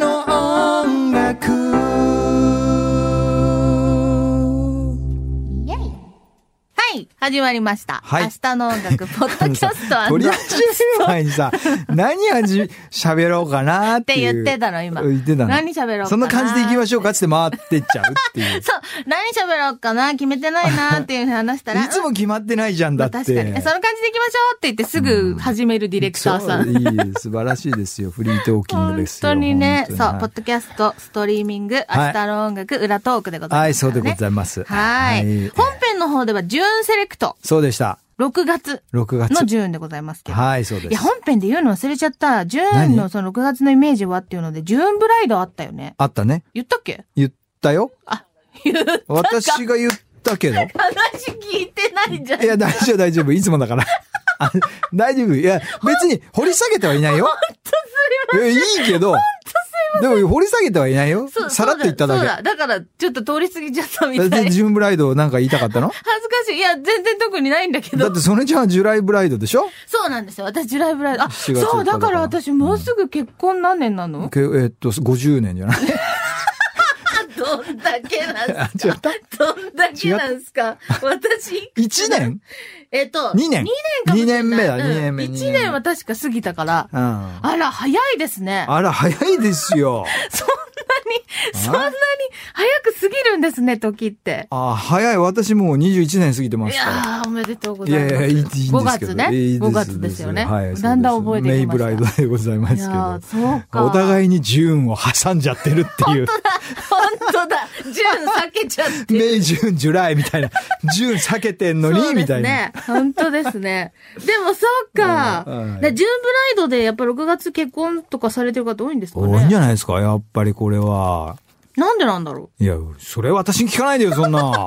の音楽はい、始まりました。はい明日の 音楽、ポッドキャストはとりあえず前にさ、何味喋ろうかなっていう。って言ってたの今言ってたの。何喋ろうかなそんな感じで行きましょうかっつって回ってっちゃうっていう。 そう、何喋ろうかな、決めてないなっていうふうに話したら、 いつも決まってないじゃんうんまだあって。確かに。えその感じでいきましょうって言ってすぐ始めるディレクターさん。そういい、素晴らしいですよ。フリートーキング本ですよ。当にね、本そう、当にポッドキャスト、ストリーミング、明日の音楽、裏トークでございます、はい、そうでございまます。はい。本編の方では、ジューンセレクト、そうでした。 6月6月。のジューンでございますけど。はい、そうでいや、す。本編で言うの忘れちゃった。ジューンの何その6月のイメージはっていうので、ジューンブライドあったよね。あったね。言ったっけ言ったよ。言ったか私が言ったけど。話聞いてないじゃん。いや、大丈夫、大丈夫。いつもだ から。あ大丈夫。いや、別に掘り下げてはいないよ。いや、いいけど。でも、掘り下げてはいないよそ。うさらっと言っただそうけ。だ、そうだだから、ちょっと通り過ぎちゃったみたい。だっ て恥ずジュンブライドなんか言いたか ったのかしい。いや、全然特にないんだけだっど。て、それじゃあ、ジュライブライドでしょそうなんですよ。私、ジュライブライド。あ、 4月そう、だかだらから私、もうすぐ結婚何年なの、けえーっと、50年じゃない どんだけなんす 違っかどんだけなんすか私いくつ ?1 だ、年えっと、 ?2 年かもしれない ?2 年目だ、2年目。うん二1年は確か過ぎたから。うん。ああら、早いですね。ら、早いですよ。 そんなに、そんなに早く過ぎるんですね、時って。あ、早い。私もう21年過ぎてまいすから。やー、おめでとうごいざいやまいす。や、いいいいんですけど。 5月ね。いい5月ですよね。はい。だんだん覚えてメきイましブた。ライドでございますけいどやー。そうか。お互いにジューンを挟んじゃってるっていう。本当だ。ジュン避けちゃって る。メイ、ジューン、ジュライみたいな。ジューン避けてんのそうに、でみたすいな。ね。本当ですね。でも、そうか。うんはいでジュンブライドで、やっぱ6月結婚とかされてる方多いんですか多いんじね。ゃないですか、やっぱりこれは。なんでなんだろいや、それ私に聞かないでよ、そんな。う。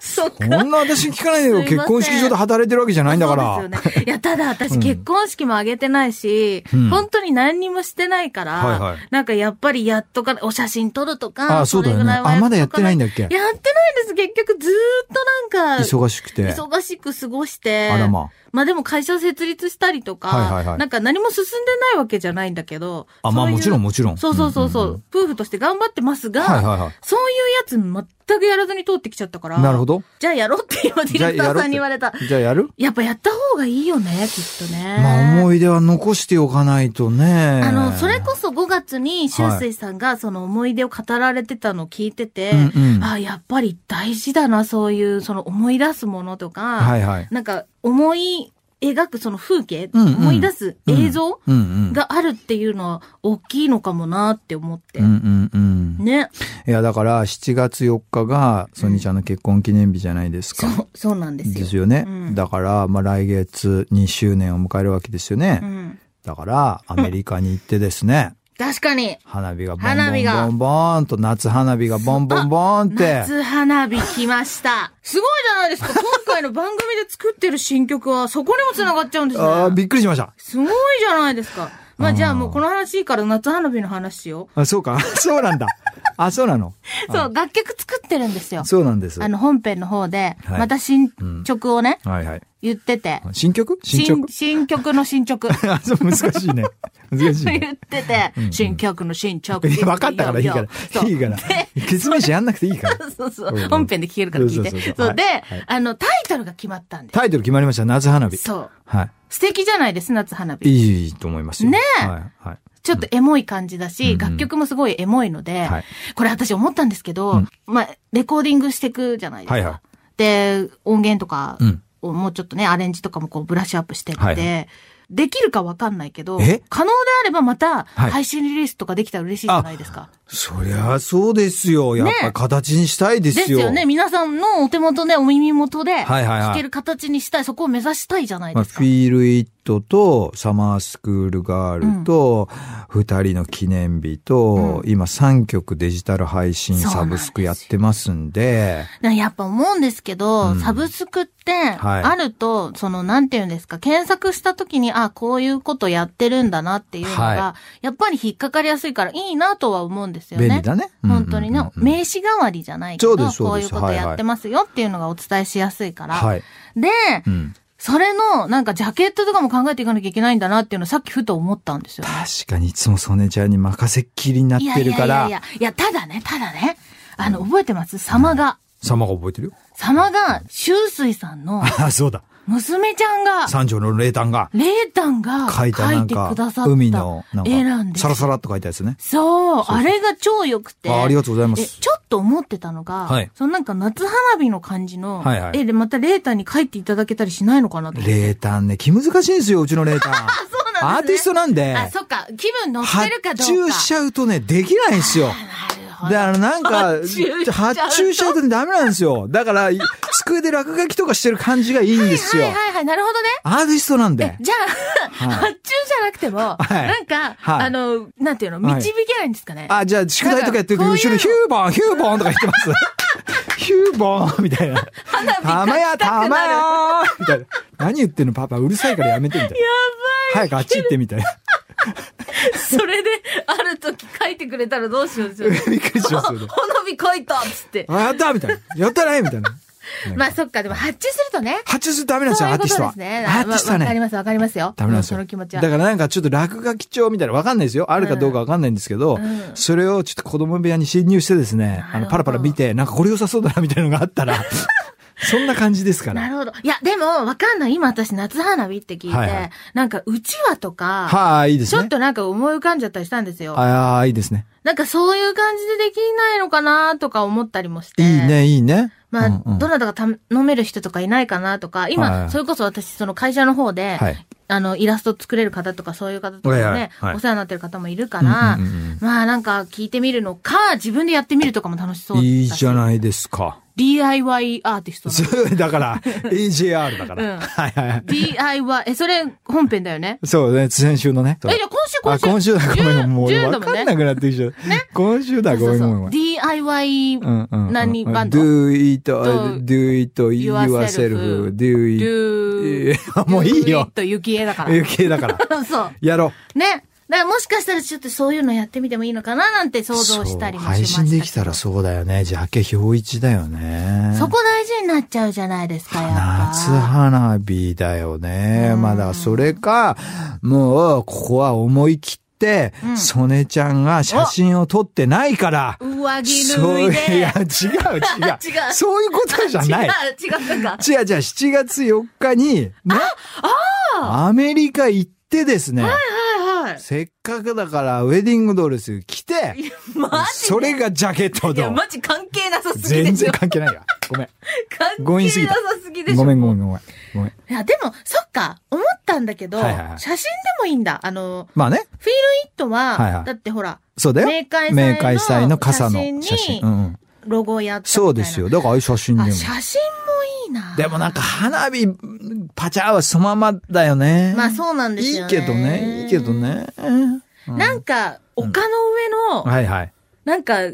そっかこんな私に聞かないでよ。 すいません結婚式場で働いてるわけじゃないんだから。そうですよね。いや、ただ私結婚式も挙げてないし、うん本当に何にもしてないから、はいはいなんかやっぱりやっとか、お写真撮るとか、あそうだよねれぐらいはあまだとかやってないんだっけやってないです。結局ずーっとなんか、忙しくて。忙しく過ごして、あらまあ。でも会社設立したりとか、はいはいはいなんか何も進んでないわけじゃないんだけど、あ、まあそういうもちろんもちろん。そうそうそうそう、んんん夫婦として頑張ってますが、はいはいはそういうやつ全くやらずに通ってきちゃったから、い。なるほど。じゃあやろうって今ディレクターさんに言われた。じゃあやるやっぱやった方がいいよね、きっとね。まあ思い出は残しておかないとね。ああの、それこそ5月に周水さんがその思い出を語られてたのを聞いてて、うんうんあやっぱり大事だな、そういう、その思い出すものとか、はいはい。なんか思い描くその風景、うんうん思い出す映像うんうん。があるっていうのは大きいのかもなって思って。うんうんうん。ね。いや、だから、7月4日が、ソニーちゃんの結婚記念日じゃないですそか。う、そうなんですでよ。すよね。うんだから、まあ、来月2周年を迎えるわけですよね。うん。だから、アメリカに行ってですね、確かに、花火がボン花火ボがンボンボンと、夏花火がボンボンボンって、夏花火来ました。すごいじゃないで すか。今回の番組で作ってる新曲は、そこにも繋がっちゃうんですあーね。びっくりしました。すごいじゃないですか。まああーじゃあもうこの話いいから夏花火の話しよあ、そうか。 そうなんだ。あ、そうなの。う。そう、楽曲作ってるんですよ。そうなんです。あの本編の方で、はいまた新曲をね、はいはい。言ってて。新曲新新曲新曲の新曲。あ、 そう、難しいね。難しい、 ね。言ってて、新曲の新曲。いや 分かったからいいかそら。ういいから。 結明しやんなくていいから。。そうそううん本編で聞けるから聞いて。そうそそううそうはいで、はいあの、タイトルが決まったんです。タイトル決まりました。夏花火。そう。はい。素敵じゃないです、夏花火。いいと思いますよ。ねえはい。はい。ちょっとエモい感じだし、うん楽曲もすごいエモいので、はいこれ私思ったんですけど、うんまあ、レコーディングしていくじゃないですか。はいはいで、音源とかうんをもうちょっとね、アレンジとかもこうブラッシュアップしてって、はいできるかわかんないけど、可能えであればまたはい配信リリースとかできたら嬉しいじゃないですか。そりゃそうですよ。やっぱね形にしたいでですすよ。よね。皆さんのお手元ね、お耳元で、はいはいはい聴ける形にしたい、そこを目指したいじゃないまあ、ですか。フィール・イットと、サマースクール・ガールと、二人の記念日と、今3曲デジタル配信そうサなんブですよスクやってますんで、なやっぱ思うんですけど、うんサブスクって、はいあると、その、なんていうんですか、検索した時に、あ、こういうことやってるんだなっていうのが、はやっぱり引っかかりやすいからいいなとは思うんですよね。便利だねうん本当にね、うんうんうん名刺代わりじゃないけど、そうですこそううでいうすことやってますよっていうのがお伝えしやすいから。はい。で、うん。それの、なんかジャケットとかも考えていかなきゃいけないんだなっていうのをさっきふと思ったんですよね。確かにいつもソネちゃんに任せっきりになっいやているやかいやいら、や、いや、ただね、ただね、あの、覚えてます様が、様が覚えてるよ。様が、周水さんのあ、そうだ。娘ちゃんが、三条の冷淡がレータンが書書いいたなんてかくださ、った海の、なん絵なんか、ですサラサラっと書いたやつね。そうあれが超良くて。あありがとうございますえちょっと思ってたのが、はいそのなんか夏花火の感じの、はいはい絵でまたレータンに書いていただけたりしないのかなと思って。冷淡ね、気難しいんですよ、うちの冷淡。 そうなんですねアーティストなんで、あ、そっか、気分乗って発るかどうか。注しちゃうとね、できないんですよ。だからなんか発注しちゃう、と発注しちゃうとダメなんですよ。だから、い机で落書きとかしてる感じがいいんですよはい。はいはい、なるほどね。アーティストなんで。じゃあ、はい発注じゃなくていも、なんか、はいあの、なんていうの、導けないんですかね。あ、じゃあ、宿題とかやってる時、なんかこ後ういうろ、ヒューボン、ヒューボンとか言って ます。ヒューボンみたいな。たまや、たまやみたいな。何言ってんの、パパ、うるさいからやめてみたいな。早くあっち行ってみたいな。 それで、ある時書いてくれたらどうしよう ですよねびっくりします よね。花火書いたっつって。あ、やったみたいな。やったねみたいな。まあそっか、でも発注するとね。発注するとダメなんですそよ、アういうーティこストとは。でアすね。ーティストはわわかりね。ます、わかりますよ。ダメなんですうよ。その気持ちだは。からなんかちょっと落書き帳みたいな、わかんないですよ。あるかどうかわかんないんですけど、それをちょっと子供部屋に侵入してですね、あの、なるほどパラパラ見て、なんかこれ良さそうだなみたいなのがあっ たら、そんな感じですから。なるほど。いや、でも、わかんない。今私、夏花火って聞いて、はいはいなんか、うちわとか、はい、いいですちね。ょっとなんか思い浮かんじゃったりしたんですよ。ああ、いいですね。なんかそういう感じでできないのかなとか思ったりもして。いいね、いいね。まあ、うんうんどなたか頼める人とかいないかなとか、今、はいそれこそ私、その会社の方で、はいあの、イラスト作れる方とか、そういう方とかね、はいはいはいお世話になってる方もいるから、うんうんうんうんまあなんか聞いてみるのか、自分でやってみるとかも楽しそうだし。いいじゃないですか。 DIY アーティストなの。そうだから、AJR だかうんら。はいはいはい。 DIY、え、それ本編だよね。そうね、先週のね。え、じゃあ今週、今あ、週。今週だ、ごめんごめん、もうジュ俺ーンだわもかんねんなくなってきちゃう。今週だ、ごめんごめんごめん。 DIY うんうんうん何バンド ?do it, Do- do it yourself, do yourself Do- it. もういいよ Do。it 雪絵だから。余計だから。 そう。やろう。ね。だからもしかしたらちょっとそういうのやってみてもいいのかななんて想像したりもしそうましたけど。配信できたらそうだよね。ジャケ表一だよね。そこ大事になっちゃうじゃないですか、やっぱ。夏花火だよね。まあだからそれか、もう、ここは思い切って、ソネちゃんが写真を撮ってないから、上着そう脱いいう、いで や、。違う違う違うそういうことじゃない。違う、違う、なんか。違う違う、7月4日に、ね、アメリカ行ってですね、はいはい。せっかくだからウェディングドレス着て、マジそれがジャケットいや、と。マジ関係なさすぎ全でし然ょ。関係ないわ。ごめん。強関引す係ぎたなさすぎでしょ。ごめんごめんごめん。ごめん。いや、でも、そっか、思ったんだけど、はいはいはい写真でもいいんだ。あの、まあね、フィールイットは、はいはいだってほら、そうだよ。明快祭の明快祭の傘の写写真に真。うんうんロゴやったみたいなそうですよ。。だからああいう写真であ、も。写真もいいな。でもなんか花火、パチャーはそのままだよね。まあそうなんですよねいいけどね。いいけどね。うんなんか、丘の上の、はいはい。なんか、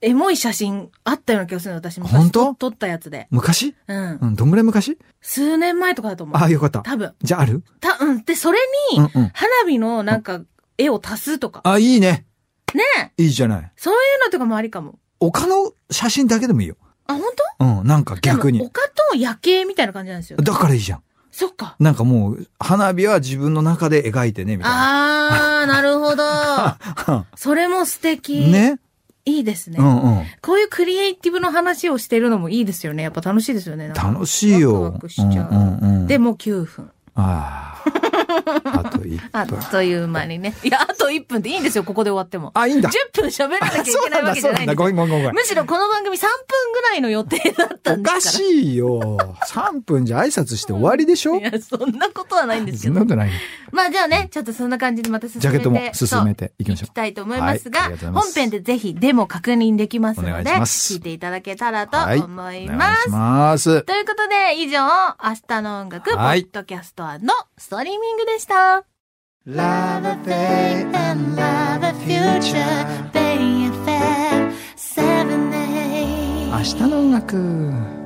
エモい写真あったような気がするの、私も。本当撮撮ったやつで。昔うん。うん、どんぐらい昔数年前とかだと思う。ああ、よかった。多分。じゃああるた、うん。で、それに、うんうん花火のなんか、絵を足すとか。あ、いいね。ねえいいじゃない。そういうのとかもありかも。丘の写真だけでもいいよ。あ、本うん、なんか当逆でもに。丘と夜景みたいな感じなんですよ。だからいいじゃん。そっか。なんかもう、花火は自分の中で描いてね、みたいな。あ ー、なるほど。それも素敵。。ねいいですね。うんうん。こういうクリエイティブの話をしてるのもいいですよね。やっぱ楽しいですよね。なんか楽しいよ。ワクワクしちゃう。んんうんで、もう9分。あ あ。あと1あ分。っという間にね。いや、あと1分でいいんですよ、ここで終わっても。あ、いいんだ。 10分喋らなきゃいそけうなないんわだ、けじ そゃうなないんだ。んですよごめんごめんごめん。むしろこの番組3分ぐらいの予定だったんおですかから。しいよ。3分じゃ挨拶して終わりでしょいや、そんなことはないんですそけんなどこ。とないよ。まあじゃあね、ちょっとそんな感じでまた進めて。ジャケットも進めていきましょうそ行きたいと思いますが、はいありがとうございま本す編でぜひデモ確認できますのお願いで、します聞いていただけたらとはい。思いおま願いす。します。ということで、以上、明日の音楽、ポはいッドキャストのストリーミングでした。 Love a day and love a future, Bay FM 7 a 明日の音楽。